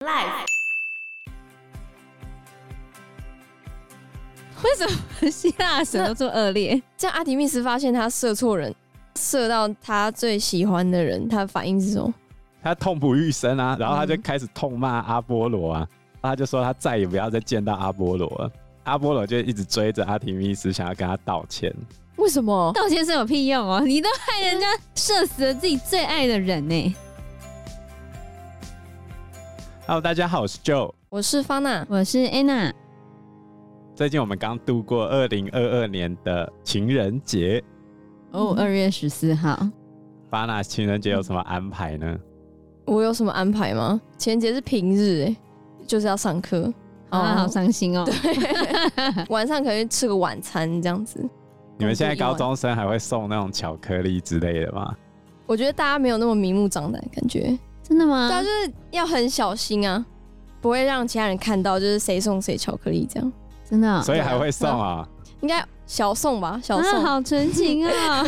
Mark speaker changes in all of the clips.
Speaker 1: Life
Speaker 2: 为什么希腊神都这么恶劣？
Speaker 3: 这样阿提密斯发现他射错人，射到他最喜欢的人，他的反应是什么？
Speaker 4: 他痛不欲生啊，然后他就开始痛骂阿波罗啊，他就说他再也不要再见到阿波罗了。阿波罗就一直追着阿提密斯，想要跟他道歉。
Speaker 3: 为什么？
Speaker 2: 道歉是有屁用哦！你都害人家射死了自己最爱的人欸呢、
Speaker 4: Hello，大家好，我是 Joe。
Speaker 3: 我是方娜，
Speaker 2: 我是 Anna，
Speaker 4: 最近我们刚度过二零二二年的情人节，
Speaker 2: 哦，二月十四号，
Speaker 4: 巴纳情人节有什么安排呢？
Speaker 3: 我有什么安排吗？情人节是平日、欸，就是要上课，
Speaker 2: 啊，好伤心哦。
Speaker 3: 晚上可以吃个晚餐这样子。
Speaker 4: 你们现在高中生还会送那种巧克力之类的吗？
Speaker 3: 我觉得大家没有那么明目张胆，感觉
Speaker 2: 真的
Speaker 3: 大家
Speaker 2: 吗
Speaker 3: 就？是要很小心啊，不会让其他人看到，就是谁送谁巧克力这样，
Speaker 2: 真的哦、
Speaker 4: 所以还会送啊？
Speaker 3: 应该小送吧，小送。
Speaker 2: 啊，好纯情啊、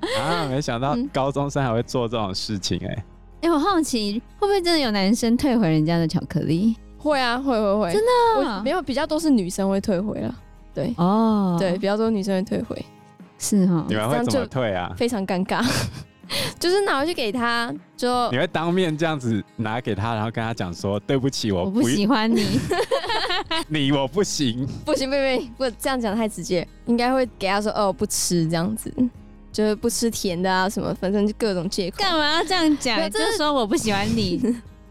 Speaker 4: 啊，没想到
Speaker 3: 嗯
Speaker 4: 高中生还会做这种事情哎、
Speaker 2: 哎、我好奇，会不会真的有男生退回人家的巧克力？
Speaker 3: 会啊，会会会，
Speaker 2: 真
Speaker 3: 的、
Speaker 2: 啊
Speaker 3: 我没有比较多是女生会退回了，对、
Speaker 2: 哦，
Speaker 3: 对，，比较多女生会退回，
Speaker 2: 是哦哈、
Speaker 4: 你们
Speaker 3: 这
Speaker 4: 会
Speaker 3: 样
Speaker 4: 怎么
Speaker 3: 就
Speaker 4: 退啊？
Speaker 3: 非常尴尬，就是拿回去给他，就
Speaker 4: 你会当面这样子拿给他，然后跟他讲说：“对不起，我
Speaker 2: 我
Speaker 4: 不
Speaker 2: 不喜欢 你，
Speaker 4: 你我不行。
Speaker 3: 不行，贝贝，不这样讲太直接，应该会给他说哦，不吃这样子，就是不吃甜的啊什么，反正就各种借口，
Speaker 2: 干嘛要这样
Speaker 3: 没
Speaker 2: 讲？
Speaker 3: 有
Speaker 2: 就
Speaker 3: 这是
Speaker 2: 说我不喜欢 你，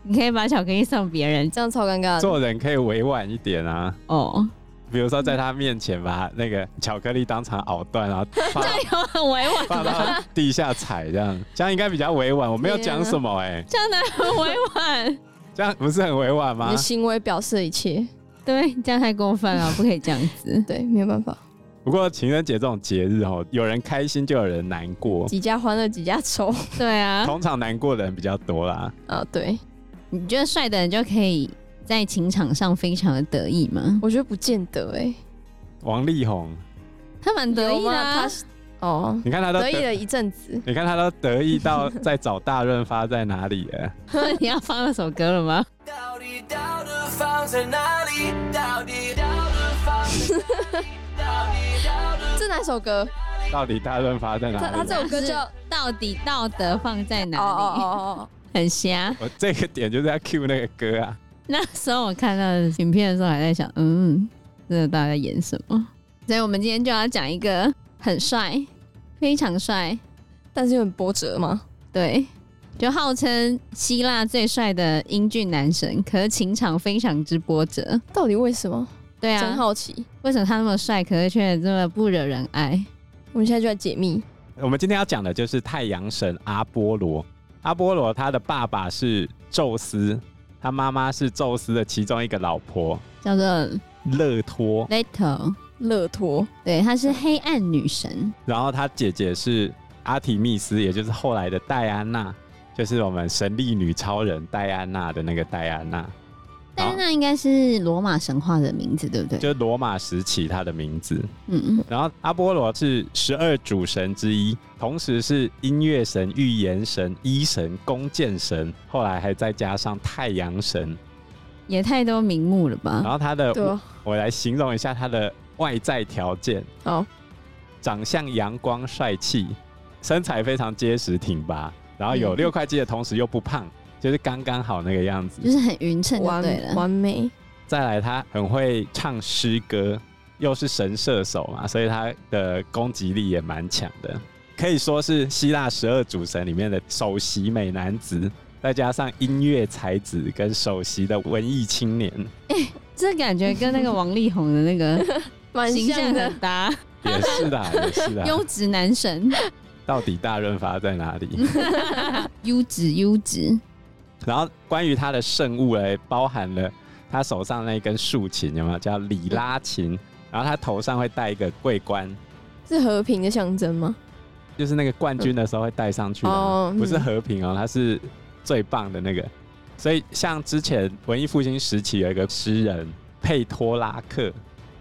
Speaker 2: 你可以把巧克力送别人
Speaker 3: 这样超尴尬的。
Speaker 4: 做人可以委婉一点啊，
Speaker 2: 哦，
Speaker 4: 比如说在他面前把那个巧克力当场咬断，然后放
Speaker 2: 有很委婉
Speaker 4: 放到地下踩，这样这样应该比较委婉。我没有讲什么哎、
Speaker 3: 嗯
Speaker 2: 这样的很委婉。
Speaker 4: 这样不是很委婉吗
Speaker 3: 你的？行为表示了一切，。
Speaker 2: 对，这样太过分了，不可以这样子
Speaker 3: 对，没有办法，
Speaker 4: 不过情人节这种节日哦，有人开心就有人难过，
Speaker 3: 几家欢乐几家愁
Speaker 2: 对啊，
Speaker 4: 通常难过的人比较多啦。
Speaker 3: 啊。对，
Speaker 2: 你觉得帅的人就可以在情场上非常的得意吗？
Speaker 3: 我觉得不见得哎、
Speaker 4: 王力宏，
Speaker 2: 他蛮得意的、
Speaker 3: 有吗
Speaker 2: 啊
Speaker 3: 他，是哦，
Speaker 4: 你看他都
Speaker 3: 得意
Speaker 4: 得，
Speaker 3: 了一阵子，
Speaker 4: 你看他都得意到在找大润发在哪里了。
Speaker 2: 你要放那首歌了吗？
Speaker 5: 到底到底放在哪里？到底到底放在哪里？到底
Speaker 3: 这哪首歌？
Speaker 4: 到底大润发在哪
Speaker 3: 他
Speaker 4: 里？
Speaker 3: 他这首 歌叫哦
Speaker 2: 是到底道德放在哪里？
Speaker 3: 哦哦哦，
Speaker 2: 很瞎。
Speaker 4: 我这个点就是要 cue 那个歌啊。
Speaker 2: 那时候我看到影片的时候还在想，嗯，这个大家演什么？所以我们今天就要讲一个很帅，非常帅，
Speaker 3: 但是有点波折吗？
Speaker 2: 对，就号称希腊最帅的英俊男神，可是情场非常之波折。
Speaker 3: 到底为什么？
Speaker 2: 对
Speaker 3: 真
Speaker 2: 啊，
Speaker 3: 好奇。
Speaker 2: 为什么他那么帅，可是却这么不惹人爱？
Speaker 3: 我们现在就来解密。
Speaker 4: 我们今天要讲的就是太阳神阿波罗。阿波罗他的爸爸是宙斯，他妈妈是宙斯的其中一个老婆
Speaker 2: 叫做
Speaker 4: 勒托，
Speaker 2: Leto，
Speaker 3: 乐托
Speaker 2: 对，她是黑暗女神。
Speaker 4: 然后他姐姐是阿提密斯，也就是后来的戴安娜，就是我们神力女超人戴安娜的那个戴安娜，
Speaker 2: 戴安娜应该是罗马神话的名字，对不对？
Speaker 4: 就是罗马时期她的名字。
Speaker 2: 嗯，
Speaker 4: 然后阿波罗是十二主神之一，同时是音乐神、预言神、医神、弓箭神，后来还再加上太阳神。
Speaker 2: 也太多名目了吧？
Speaker 4: 然后他的，
Speaker 3: 对
Speaker 4: 我
Speaker 3: 啊，
Speaker 4: 我来形容一下他的外在条件：
Speaker 3: 好，
Speaker 4: 长相阳光帅气，身材非常结实挺拔，然后
Speaker 2: 嗯
Speaker 4: 有六块肌的同时又不胖，就是刚刚好那个样子。
Speaker 2: 就是很匀称，就
Speaker 3: 完
Speaker 2: 对了。
Speaker 3: 完美。
Speaker 4: 再来，他很会唱诗歌，又是神射手嘛，所以他的攻击力也蛮强的，可以说是希腊十二主神里面的首席美男子，再加上音乐才子跟首席的文艺青年，
Speaker 2: 这感觉跟那个王力宏的那个
Speaker 3: 蛮
Speaker 2: 形象
Speaker 3: 像的
Speaker 2: 很，搭，
Speaker 4: 也是的，也 是的。
Speaker 2: 优质男神，
Speaker 4: 到底大润发在哪里？
Speaker 2: 优质优质。
Speaker 4: 然后关于他的圣物嘞，包含了他手上那根竖琴，有没有叫里拉琴？然后他头上会戴一个桂冠，
Speaker 3: 是和平的象征吗？
Speaker 4: 就是那个冠军的时候会戴上去的啊、
Speaker 3: 哦
Speaker 4: 不是和平哦，它是最棒的那个。所以像之前文艺复兴时期有一个诗人佩托拉克，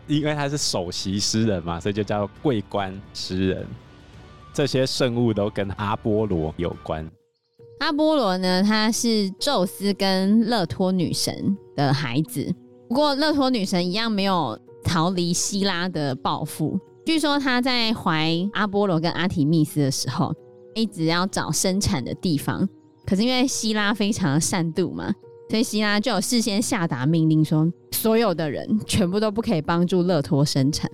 Speaker 4: 因为他是首席诗人嘛，所以就叫桂冠诗人。这些圣物都跟阿波罗有关。
Speaker 2: 阿波罗呢，他是宙斯跟勒托女神的孩子，不过勒托女神一样没有逃离希拉的报复。据说她在怀阿波罗跟阿提密斯的时候，一直要找生产的地方，可是因为希拉非常的善妒嘛，所以希拉就有事先下达命令说，所有的人全部都不可以帮助勒托生产。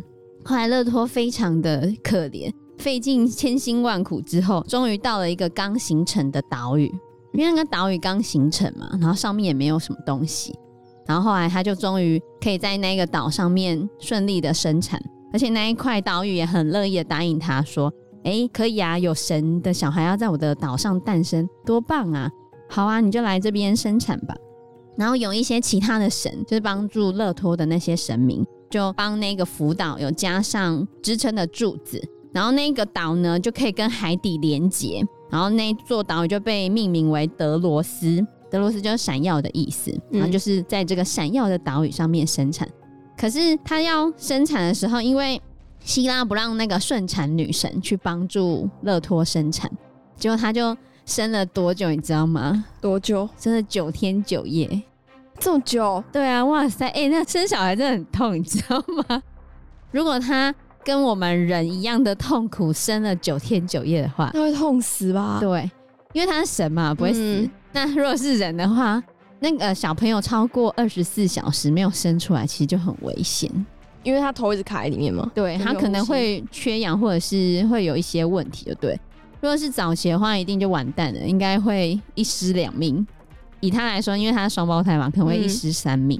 Speaker 2: 后来勒托非常的可怜，费尽千辛万苦之后，终于到了一个刚形成的岛屿，因为那个岛屿刚形成嘛，然后上面也没有什么东西。然后后来他就终于可以在那个岛上面顺利的生产，而且那一块岛屿也很乐意的答应他说：“哎，可以啊，有神的小孩要在我的岛上诞生，多棒啊！好啊，你就来这边生产吧。”然后有一些其他的神，就是帮助勒托的那些神明，就帮那个福岛有加上支撑的柱子，然后那个岛呢就可以跟海底连接，然后那座岛屿就被命名为德罗斯，德罗斯就是闪耀的意思，
Speaker 3: 嗯
Speaker 2: 然后就是在这个闪耀的岛屿上面生产。可是它要生产的时候，因为希拉不让那个顺产女神去帮助勒托生产，结果她就生了多久，你知道吗？
Speaker 3: 多久？
Speaker 2: 生了九天九夜。
Speaker 3: 这么久？
Speaker 2: 对啊，哇塞，哎、那生小孩真的很痛，你知道吗？ 如果他跟我们人一样的痛苦，生了九天九夜的话，
Speaker 3: 那会痛死吧？
Speaker 2: 对，因为他是神嘛，不会死。
Speaker 3: 嗯
Speaker 2: 那如果是人的话，那个小朋友超过二十四小时没有生出来，其实就很危险。
Speaker 3: 因为他头一直卡在里面嘛。
Speaker 2: 对
Speaker 3: 没有
Speaker 2: 他可能
Speaker 3: 呼吸
Speaker 2: 会缺氧，或者是会有一些问题，就对。如果是早期的话，一定就完蛋了，应该会一尸两命。以他来说，因为他是双胞胎嘛，可能会一
Speaker 3: 嗯
Speaker 2: 尸三命。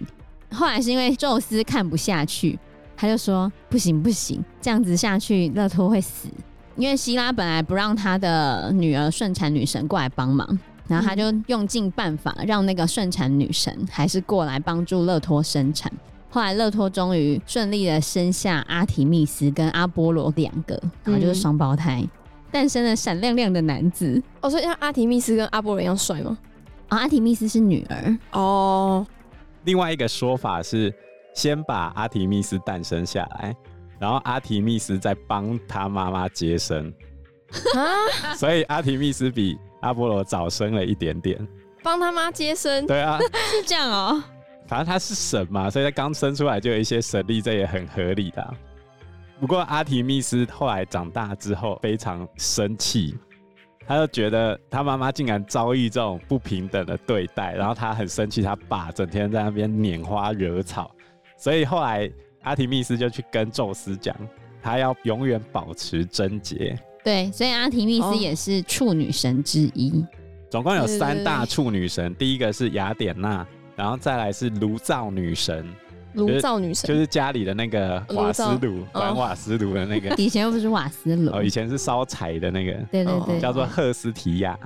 Speaker 2: 后来是因为宙斯看不下去，他就说：“不行不行，这样子下去，勒托会死。”因为希拉本来不让他的女儿顺产女神过来帮忙，然后他就用尽办法让那个顺产女神还是过来帮助勒托生产。后来勒托终于顺利的生下阿提密斯跟阿波罗两个，然后就是双胞胎，诞生了闪亮亮的男子。
Speaker 3: 哦，所以像阿提密斯跟阿波罗一样帅吗？
Speaker 2: 啊、阿提密斯是女儿，
Speaker 3: 哦，
Speaker 4: 另外一个说法是，先把阿提密斯诞生下来，然后阿提密斯再帮他妈妈接生，
Speaker 3: 啊，
Speaker 4: 所以阿提密斯比阿波罗早生了一点点。
Speaker 3: 帮他妈接生，
Speaker 4: 对啊，
Speaker 2: 是 这样哦、
Speaker 4: 反正他是神嘛，所以他刚生出来就有一些神力，这也很合理的啊、不过阿提密斯后来长大之后非常生气，他就觉得他妈妈竟然遭遇这种不平等的对待，然后他很生气，他爸整天在那边拈花惹草，所以后来阿提密斯就去跟宙斯讲，他要永远保持贞洁。
Speaker 2: 对，所以阿提密
Speaker 3: 哦
Speaker 2: 斯也是处女神之一。，
Speaker 4: 总共有
Speaker 3: 对对
Speaker 4: 三
Speaker 3: 对
Speaker 4: 大处女神，第一个是雅典娜，然后再来是炉灶女神，
Speaker 3: 炉灶女
Speaker 4: 就
Speaker 3: 神。
Speaker 4: 是家里的那个瓦斯炉，
Speaker 3: 哦
Speaker 4: 玩瓦斯炉的那个
Speaker 2: 以前又不是瓦斯炉，
Speaker 4: 哦，以前是烧柴的那个，
Speaker 2: 对对
Speaker 3: 哦
Speaker 2: 对，
Speaker 4: 叫做赫斯提亚，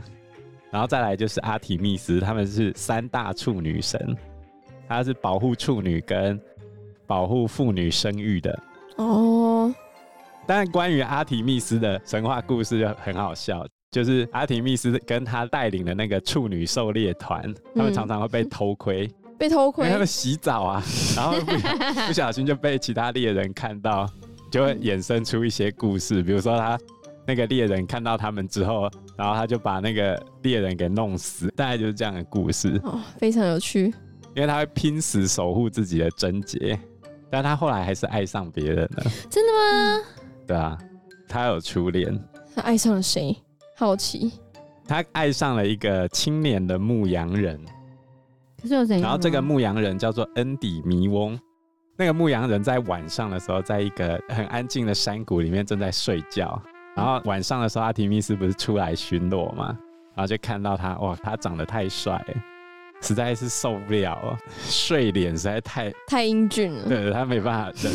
Speaker 4: 然后再来就是阿提密斯，他们是三大处女神，她是保护处女跟保护妇女生育的。
Speaker 3: 哦，
Speaker 4: 但关于阿提密斯的神话故事就很好笑，就是阿提密斯跟他带领的那个处女狩猎团，他们
Speaker 3: 嗯
Speaker 4: 常常会被偷窥，
Speaker 3: 被偷
Speaker 4: 因
Speaker 3: 窥
Speaker 4: 为他们洗澡啊，然后不小不小心就被其他猎人看到，就会衍生出一些故事。比如说他那个猎人看到他们之后，然后他就把那个猎人给弄死，大概就是这样的故事。
Speaker 3: 哦，非常有趣。
Speaker 4: 因为他会拼死守护自己的贞洁，但他后来还是爱上别人了，
Speaker 2: 真的吗？
Speaker 4: 对啊，他有初恋，
Speaker 3: 他嗯爱上了谁？好奇。
Speaker 4: 他爱上了一个青年的牧羊人，
Speaker 2: 可是有
Speaker 3: 嗯
Speaker 2: 怎样吗？啊
Speaker 4: 然后这个牧羊人叫做恩底弥翁，那个牧羊人在晚上的时候，在一个很安静的山谷里面正在睡觉，然后晚上的时候，阿提密斯不是出来巡逻嘛，然后就看到他，哇，他长得太帅了，实在是受不了了，睡脸实在太，
Speaker 3: 太英俊了，
Speaker 4: 对他没办法 忍，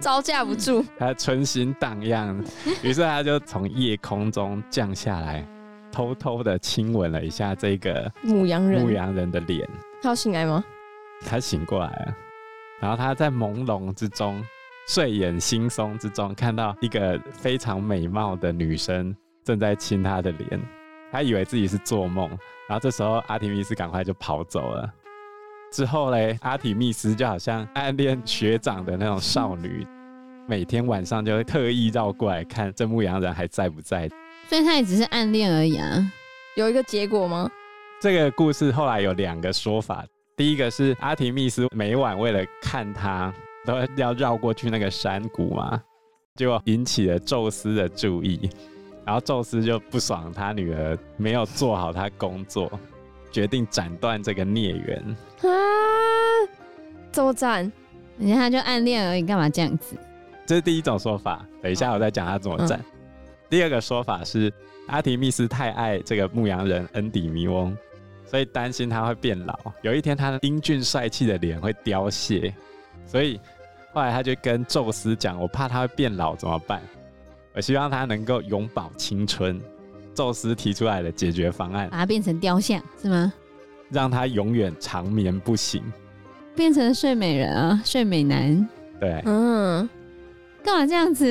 Speaker 3: 招架不住。
Speaker 4: 他春心荡漾，于是他就从夜空中降下来，偷偷的亲吻了一下这个
Speaker 3: 嗯牧羊人，
Speaker 4: 牧羊人的脸。
Speaker 3: 他要醒来吗？
Speaker 4: 他醒过来了，然后他在朦胧之中、睡眼惺忪之中，看到一个非常美貌的女生正在亲他的脸，他以为自己是做梦，然后这时候阿提密斯赶快就跑走了。之后嘞，阿提密斯就好像暗恋学长的那种少女，每天晚上就会特意绕过来看这牧羊人还在不在。
Speaker 2: 所以他也只是暗恋而已啊。
Speaker 3: 有一个结果吗？
Speaker 4: 这个故事后来有两个说法，第一个是阿提密斯每晚为了看他，都要绕过去那个山谷嘛，结果引起了宙斯的注意，然后宙斯就不爽他女儿没有做好他工作，决定斩断这个孽缘。
Speaker 3: 啊，怎么斩？
Speaker 2: 人家他就暗恋而已，干嘛这样子？
Speaker 4: 这是第一种说法，等一下我再讲他怎么斩。第二个说法是阿提密斯太爱这个牧羊人恩底弥翁，所以担心他会变老，有一天他的英俊帅气的脸会凋谢，所以后来他就跟宙斯讲：“我怕他会变老怎么办？ 我希望他能够永葆青春。”宙斯提出来的解决方案，
Speaker 2: 把它变成雕像是吗？
Speaker 4: 让他永远长眠不醒。
Speaker 2: 变成睡美人啊，睡美男，
Speaker 4: 对，
Speaker 3: 嗯，
Speaker 2: 干嘛这样子？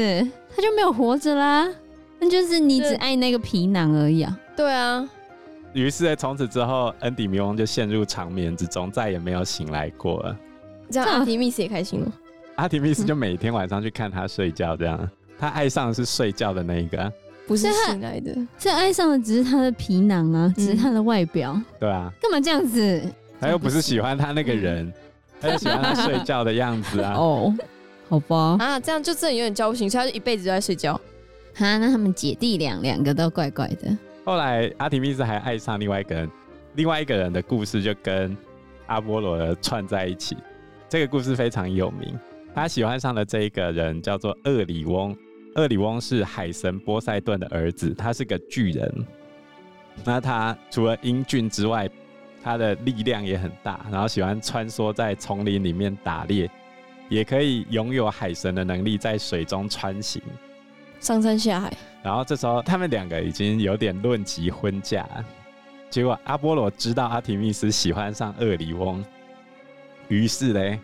Speaker 2: 他就没有活着啦，那就是你只
Speaker 3: 对
Speaker 2: 爱那个皮囊而已啊。
Speaker 3: 对啊，
Speaker 4: 于是从此之后，恩底弥翁就陷入长眠之中，再也没有醒来过了。
Speaker 3: 这样
Speaker 2: 这样
Speaker 3: 阿提密斯也开心吗？
Speaker 4: 阿提密斯就每天晚上去看他睡觉，这样他爱上的是睡觉的那一个，
Speaker 3: 不是
Speaker 2: 是他
Speaker 3: 醒来的，
Speaker 2: 这爱上的只是他的皮囊啊，只是他的外表，
Speaker 4: 对啊，
Speaker 2: 干嘛这样子？
Speaker 4: 他又不是喜欢他那个人，他就喜欢他睡觉的样子啊。
Speaker 2: 哦，好吧。
Speaker 3: 啊，这样就真的有点交不醒，所以他就一辈子都在睡觉。
Speaker 2: 哈，啊那他们姐弟俩两个都怪怪的。
Speaker 4: 后来阿提密斯还爱上另外一个人，另外一个人的故事就跟阿波罗的串在一起。这个故事非常有名，他喜欢上的这一个人叫做厄里翁，厄里翁是海神波塞顿的儿子，他是个巨人。那他除了英俊之外，他的力量也很大，然后喜欢穿梭在丛林里面打猎，也可以拥有海神的能力，在水中穿行。
Speaker 3: 上山下海，
Speaker 4: 然后这时候他们两个已经有点论及婚嫁了，结果阿波罗知道阿提密斯喜欢上厄里翁，于是嘞，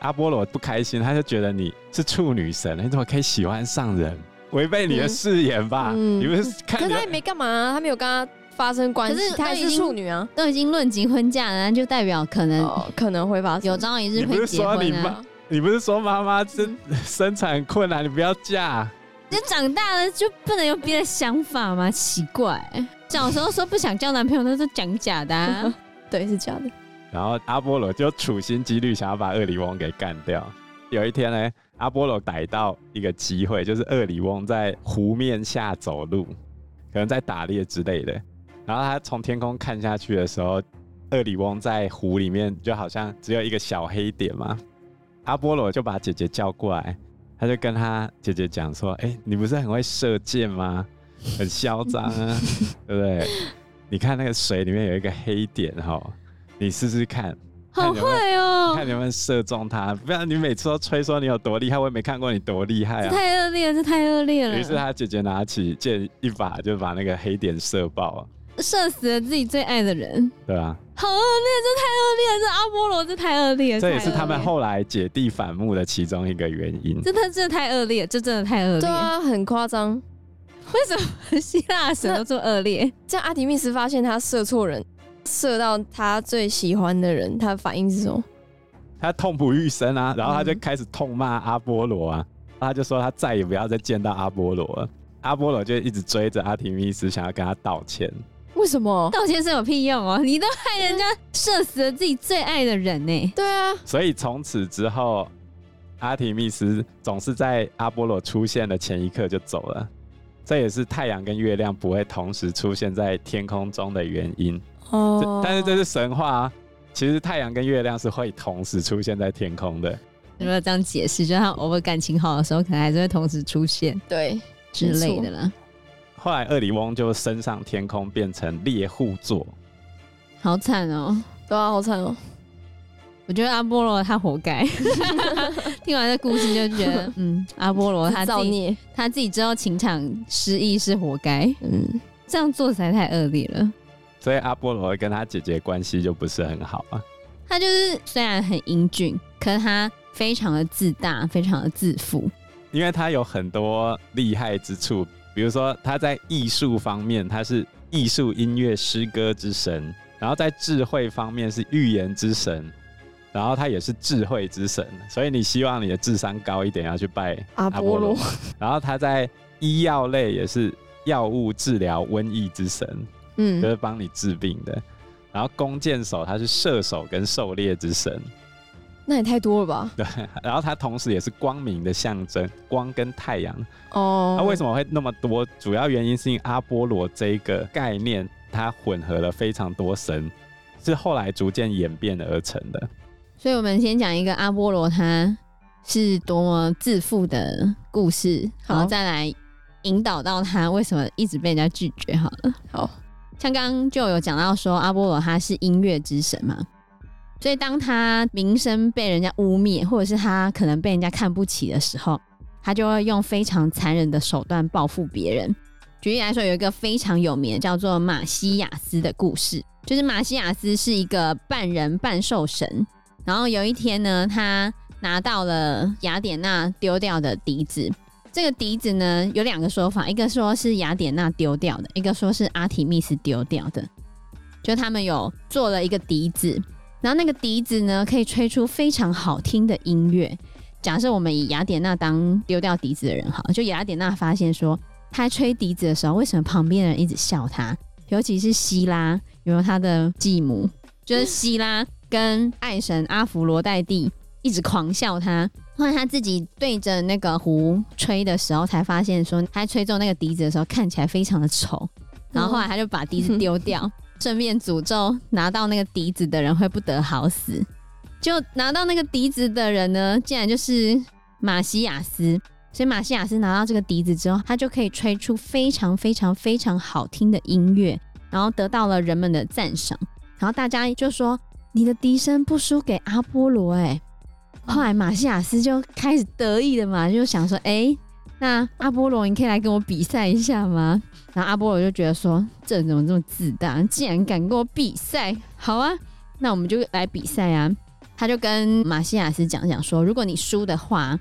Speaker 4: 阿波罗不开心，他就觉得你是处女神，你怎么可以喜欢上人？违背你的誓言吧！
Speaker 3: 嗯嗯
Speaker 4: 你不是
Speaker 3: 可
Speaker 4: 看
Speaker 3: 是
Speaker 4: 你
Speaker 3: 他也没干嘛、啊，他没有跟他发生关
Speaker 2: 可
Speaker 3: 系，
Speaker 2: 是
Speaker 3: 他
Speaker 2: 都
Speaker 3: 也
Speaker 2: 已
Speaker 3: 是
Speaker 2: 经
Speaker 3: 处女啊，
Speaker 2: 都已经论及婚嫁了，那就代表可能
Speaker 3: 哦，可能会发生。
Speaker 2: 有朝一日
Speaker 4: 你不
Speaker 2: 会
Speaker 4: 是
Speaker 2: 结
Speaker 4: 说你
Speaker 2: 婚
Speaker 4: 妈
Speaker 2: 啊。，
Speaker 3: 嗯
Speaker 4: 你不是说妈妈生生产困难，你不要嫁？
Speaker 2: 就长大了就不能有别的想法吗？奇怪，小时候说不想交男朋友，那是讲假的、 啊。
Speaker 3: 对，是假的。
Speaker 4: 然后阿波罗就处心积虑想要把厄里翁给干掉。有一天呢，阿波罗逮到一个机会，就是厄里翁在湖面下走路，可能在打猎之类的。然后他从天空看下去的时候，厄里翁在湖里面就好像只有一个小黑点嘛。阿波罗就把姐姐叫过来，他就跟他姐姐讲说：“哎、你不是很会射箭吗？很嚣张啊，对不对？你看那个水里面有一个黑点哈，你试试看，
Speaker 2: 好坏哦
Speaker 4: 看，你有没有射中它。不然你每次都吹说你有多厉害，我也没看过你多厉害
Speaker 2: 这
Speaker 4: 啊。
Speaker 2: 太恶劣了，这太恶劣
Speaker 4: 于是
Speaker 2: 了，
Speaker 4: 他姐姐拿起箭一把就把那个黑点射爆了，
Speaker 2: 射死了自己最爱的人，
Speaker 4: 对啊吧、
Speaker 2: 好恶劣，这太恶劣了，这阿波罗这太恶劣了，
Speaker 4: 这也是
Speaker 2: 太恶劣
Speaker 4: 他们后来姐弟反目的其中一个原因。
Speaker 2: 这他真的太恶劣，这真的太恶
Speaker 3: 对
Speaker 2: 劣，
Speaker 3: 啊，很夸张。
Speaker 2: 为什么希腊神都这么恶劣？
Speaker 3: 这样阿提密斯发现他射错人，射到他最喜欢的人，他的反应是什么？
Speaker 4: 他痛不欲生啊，然后他
Speaker 2: 嗯
Speaker 4: 就开始痛骂阿波罗啊，他就说他再也不要再见到阿波罗了。阿波罗就一直追着阿提密斯，想要跟他道歉。
Speaker 3: 为什么？
Speaker 2: 道歉是有屁用哦，你都害人家射死了自己最爱的人呢、
Speaker 3: 对啊，
Speaker 4: 所以从此之后，阿提密斯总是在阿波罗出现的前一刻就走了。这也是太阳跟月亮不会同时出现在天空中的原因。
Speaker 3: 哦
Speaker 4: 这，但是这是神话、啊，其实太阳跟月亮是会同时出现在天空的。
Speaker 2: 如果这样解释，就他偶尔感情好的时候，可能还是会同时出现
Speaker 3: 对，
Speaker 2: 之类的啦。
Speaker 4: 后来厄里翁就升上天空，变成猎户座。
Speaker 2: 好惨哦！
Speaker 3: 对啊，好惨哦。
Speaker 2: 我觉得阿波罗他活 该。听完这故事就觉得，嗯，阿波罗他自
Speaker 3: 造
Speaker 2: 己
Speaker 3: 孽，
Speaker 2: 他自己知道情场失意是活该，
Speaker 3: 嗯，
Speaker 2: 这样做实在太恶劣了。
Speaker 4: 所以阿波罗跟他姐姐关系就不是很好啊。
Speaker 2: 他就是虽然很英俊，可是他非常的自大，非常的自负。
Speaker 4: 因为他有很多厉害之处，比如说他在艺术方面，他是艺术、音乐、诗歌之神；然后在智慧方面是预言之神，然后他也是智慧之神。所以你希望你的智商高一点，要去拜
Speaker 3: 啊阿波罗。
Speaker 4: 然后他在医药类也是药物治疗瘟疫之神，
Speaker 3: 嗯
Speaker 4: 就是帮你治病的。然后弓箭手他是射手跟狩猎之神，
Speaker 3: 那也太多了吧？
Speaker 4: 然后他同时也是光明的象征，光跟太阳。
Speaker 3: 哦，
Speaker 4: 那啊为什么会那么多？主要原因是因为阿波罗这一个概念，它混合了非常多神，是后来逐渐演变而成的。
Speaker 2: 所以我们先讲一个阿波罗他是多么自负的故事，
Speaker 3: 好
Speaker 2: 然后再来引导到他为什么一直被人家拒绝好了。
Speaker 3: 好，
Speaker 2: 像刚刚就有讲到说阿波罗他是音乐之神嘛，所以当他名声被人家污蔑，或者是他可能被人家看不起的时候，他就会用非常残忍的手段报复别人。举例来说，有一个非常有名的叫做马西亚斯的故事，就是马西亚斯是一个半人半兽神，然后有一天呢，他拿到了雅典娜丢掉的笛子。这个笛子呢，有两个说法，一个说是雅典娜丢掉的，一个说是阿提密斯丢掉的。就他们有做了一个笛子，然后那个笛子呢，可以吹出非常好听的音乐。假设我们以雅典娜当丢掉笛子的人好了，就雅典娜发现说，他吹笛子的时候，为什么旁边的人一直笑他？尤其是希拉，有没有他的继母？就是希拉跟爱神阿芙罗黛蒂一直狂笑他。后来他自己对着那个壶吹的时候，才发现说他吹奏那个笛子的时候看起来非常的丑。然后后来他就把笛子丢掉，顺便诅咒拿到那个笛子的人会不得好死。就拿到那个笛子的人呢，竟然就是马西亚斯。所以马西亚斯拿到这个笛子之后，他就可以吹出非常非常非常好听的音乐，然后得到了人们的赞赏。然后大家就说：“你的笛声不输给阿波罗。”哎，后来马西亚斯就开始得意的嘛，就想说：“哎、那阿波罗，你可以来跟我比赛一下吗？”然后阿波罗就觉得说：“这人怎么这么自大？竟然敢跟我比赛？好啊，那我们就来比赛啊！”他就跟马西亚斯讲讲说：“如果你输的话，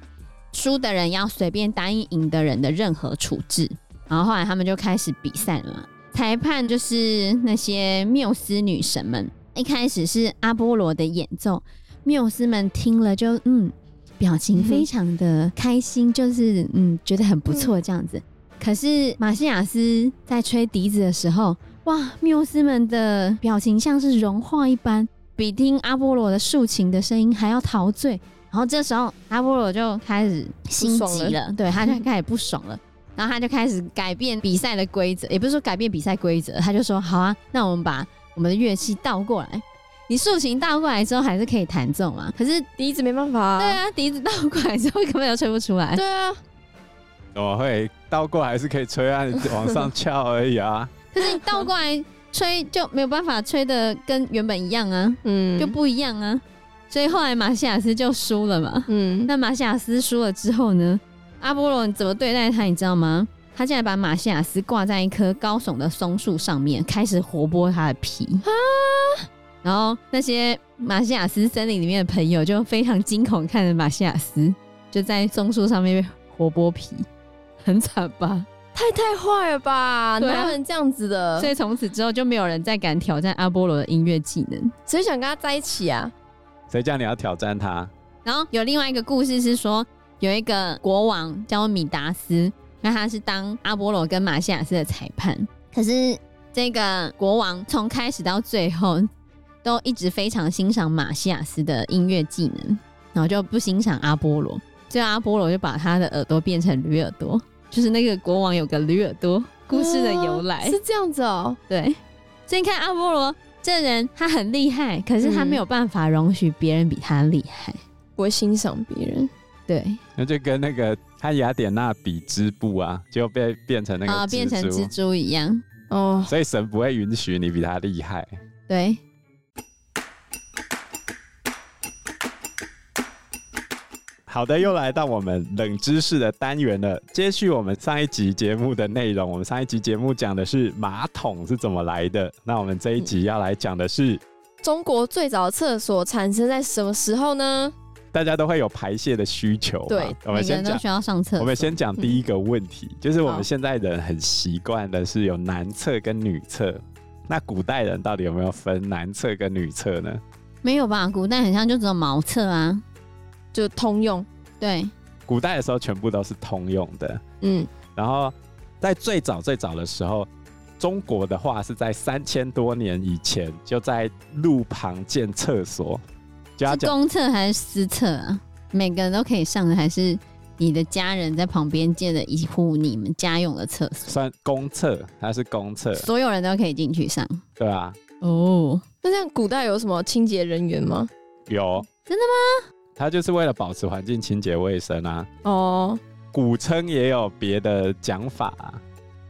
Speaker 2: 输的人要随便答应赢的人的任何处置。”然后后来他们就开始比赛了嘛。裁判就是那些缪斯女神们。一开始是阿波罗的演奏，缪斯们听了就嗯，表情非常的开心，就是嗯觉得很不错这样子。可是马西亚斯在吹笛子的时候，哇，缪斯们的表情像是融化一般，比听阿波罗的竖琴的声音还要陶醉。然后这时候阿波罗就开始心
Speaker 3: 不
Speaker 2: 急
Speaker 3: 爽
Speaker 2: 了，对，他就开始不爽了。然后他就开始改变比赛的规则，也不是说改变比赛规则，他就说好啊，那我们把我们的乐器倒过来。你竖琴倒过来之后还是可以弹奏嘛，可是
Speaker 3: 笛子没办法、
Speaker 2: 对啊，笛子倒过来之后根本就吹不出来。
Speaker 3: 对啊，
Speaker 4: 怎么会哦倒过来是可以吹啊？你往上翘而已啊。
Speaker 2: 可是你倒过来吹就没有办法吹的跟原本一样啊，
Speaker 3: 嗯，
Speaker 2: 就不一样啊。所以后来马西亚斯就输了嘛。
Speaker 3: 嗯，
Speaker 2: 那马西亚斯输了之后呢？阿波罗怎么对待他，你知道吗？他竟然把马西亚斯挂在一棵高耸的松树上面，开始活剥他的皮。然后那些马西亚斯森林里面的朋友就非常惊恐看着马西亚斯，就在松树上面被活剥皮，很惨吧？
Speaker 3: 太太坏了吧？
Speaker 2: 对啊
Speaker 3: 哪有人这样子的？
Speaker 2: 所以从此之后就没有人再敢挑战阿波罗的音乐技能。
Speaker 3: 谁想跟他在一起啊？
Speaker 4: 谁叫你要挑战他？
Speaker 2: 然后有另外一个故事是说，有一个国王叫米达斯，那他是当阿波罗跟马西亚斯的裁判。可是这个国王从开始到最后都一直非常欣赏马西亚斯的音乐技能，然后就不欣赏阿波罗。最后阿波罗就把他的耳朵变成驴耳朵，就是那个国王有个驴耳朵故事的由来。
Speaker 3: 哦是这样子哦。
Speaker 2: 对，所以你看阿波罗这人，他很厉害，可是他
Speaker 4: 嗯
Speaker 2: 没有办法容许别人比他厉害。
Speaker 3: 不会欣赏别人，
Speaker 2: 对，
Speaker 4: 那就跟那个他雅典娜比织布啊，就被变成那个
Speaker 2: 啊、
Speaker 4: 蜘蛛
Speaker 2: 变成蜘蛛一样。
Speaker 3: 哦，
Speaker 4: 所以神不会允许你比他厉害。
Speaker 2: 对，
Speaker 4: 好的，又来到我们冷知识的单元了。接续我们上一集节目的内容，我们上一集节目讲的是马桶是怎么来的，那我们这一集要来讲的是
Speaker 3: 中国最早的厕所产生在什么时候呢？
Speaker 4: 大家都会有排泄的需求嘛。
Speaker 3: 对
Speaker 4: 我们
Speaker 2: 每个
Speaker 4: 先
Speaker 2: 人都
Speaker 4: 讲。
Speaker 2: 需要上厕所。
Speaker 4: 我们先讲第一个问题，就是我
Speaker 3: 好
Speaker 4: 们现在人很习惯的是有男厕跟女厕，那古代人到底有没有分男厕跟女厕呢？
Speaker 2: 没有吧？古代很像就只有茅厕啊。
Speaker 3: 就通用，
Speaker 2: 对，
Speaker 4: 古代的时候全部都是通用的，
Speaker 3: 嗯，
Speaker 4: 然后在最早最早的时候，中国的话是在三千多年以前就在路旁建厕所，就要
Speaker 2: 是
Speaker 4: 讲
Speaker 2: 公厕还是私厕啊？每个人都可以上的，还是你的家人在旁边建了一户你们家用的厕所，
Speaker 4: 算公厕，它是公厕，
Speaker 2: 所有人都可以进去上？
Speaker 4: 对啊，
Speaker 2: 哦，
Speaker 3: 那这样古代有什么清洁人员吗？
Speaker 4: 有
Speaker 2: 真的
Speaker 4: 吗？它就是为了保持环境清洁卫生啊。
Speaker 3: 哦，
Speaker 4: 古称也有别的讲法啊、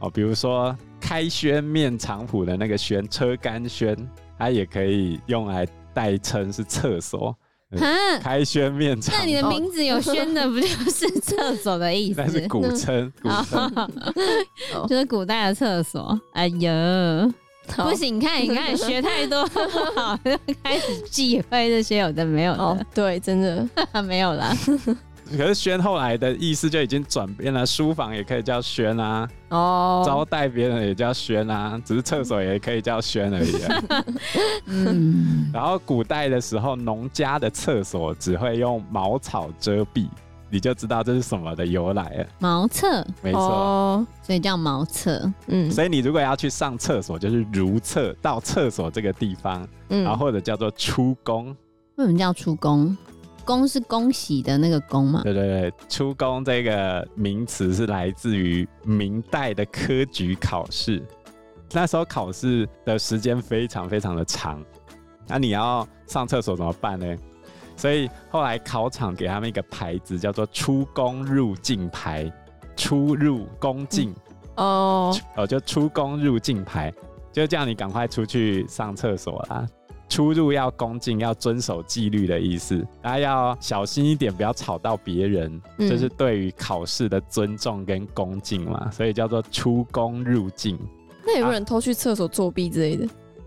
Speaker 4: 哦，比如说开轩面场圃的那个轩，车干轩，它也可以用来代称是厕所。嗯
Speaker 2: 哈，
Speaker 4: 开轩面场
Speaker 2: 那你的
Speaker 4: 圃，
Speaker 2: 名字有“轩”的，不就是厕所的意思
Speaker 4: 哦
Speaker 2: 嗯
Speaker 4: 那？是古 称，古称。
Speaker 2: 哦啊 就是古代的厕所。哎呦，
Speaker 3: 好
Speaker 2: 不行，你看，你看，学太多不好，就开始忌讳这些有的没有
Speaker 3: 哦
Speaker 2: 的，，
Speaker 3: 对，真的
Speaker 2: 没有 啦。
Speaker 4: 可是轩后来的意思就已经转变了，书房也可以叫轩啊，
Speaker 3: 哦，
Speaker 4: 招待别人也叫轩啊，只是厕所也可以叫轩而已、 啊。
Speaker 2: 嗯，
Speaker 4: 然后古代的时候，农家的厕所只会用茅草遮蔽，你就知道这是什么的由来了。
Speaker 2: 茅厕，
Speaker 4: 没错。
Speaker 3: 哦，
Speaker 2: 所以叫茅厕。
Speaker 3: 嗯
Speaker 4: 所以你如果要去上厕所，就是如厕到厕所这个地方，然后
Speaker 3: 嗯，
Speaker 4: 或者叫做出宫，
Speaker 2: 为什么叫出宫？宫是恭喜的那个宫 嘛？
Speaker 4: 对对对，出宫这个名词是来自于明代的科举考试，那时候考试的时间非常非常的长，那你要上厕所怎么办呢？所以后来考场给他们一个牌子，叫做“出宫入境牌”，出入宫禁，
Speaker 3: 哦，
Speaker 4: 哦，就出宫入境牌，就叫你赶快出去上厕所啦。出入要恭敬，要遵守纪律的意思，大家要小心一点，不要吵到别人，
Speaker 3: 嗯
Speaker 4: 就是对于考试的尊重跟恭敬嘛，所以叫做出宫入境。
Speaker 3: 那有没有人偷去厕所作弊之类的？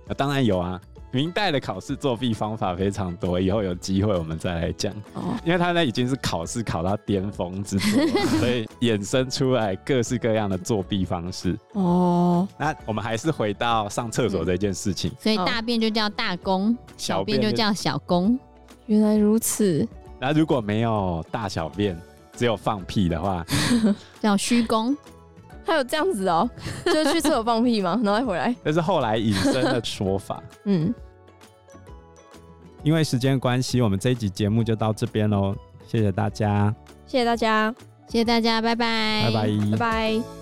Speaker 4: 啊，当然有啊，明代的考试作弊方法非常多，以后有机会我们再来讲。
Speaker 3: 哦，
Speaker 4: 因为他那已经是考试考到巅峰之作 了，所以衍生出来各式各样的作弊方式。
Speaker 3: 哦，
Speaker 4: 那我们还是回到上厕所这件事情。
Speaker 2: 所以大便就叫大宫，嗯哦小便就叫小宫。
Speaker 3: 原来如此，
Speaker 4: 那如果没有大小便，只有放屁的话，
Speaker 2: 叫虚宫，
Speaker 3: 还有这样子哦，就是去厕所放屁 嘛，然后再回来，
Speaker 4: 这是后来引申的说法。
Speaker 3: 嗯，
Speaker 4: 因为时间关系，我们这一集节目就到这边喽，谢谢大家，
Speaker 3: 谢谢大家，
Speaker 2: 谢谢大家，拜拜，
Speaker 4: 拜拜
Speaker 3: 拜拜。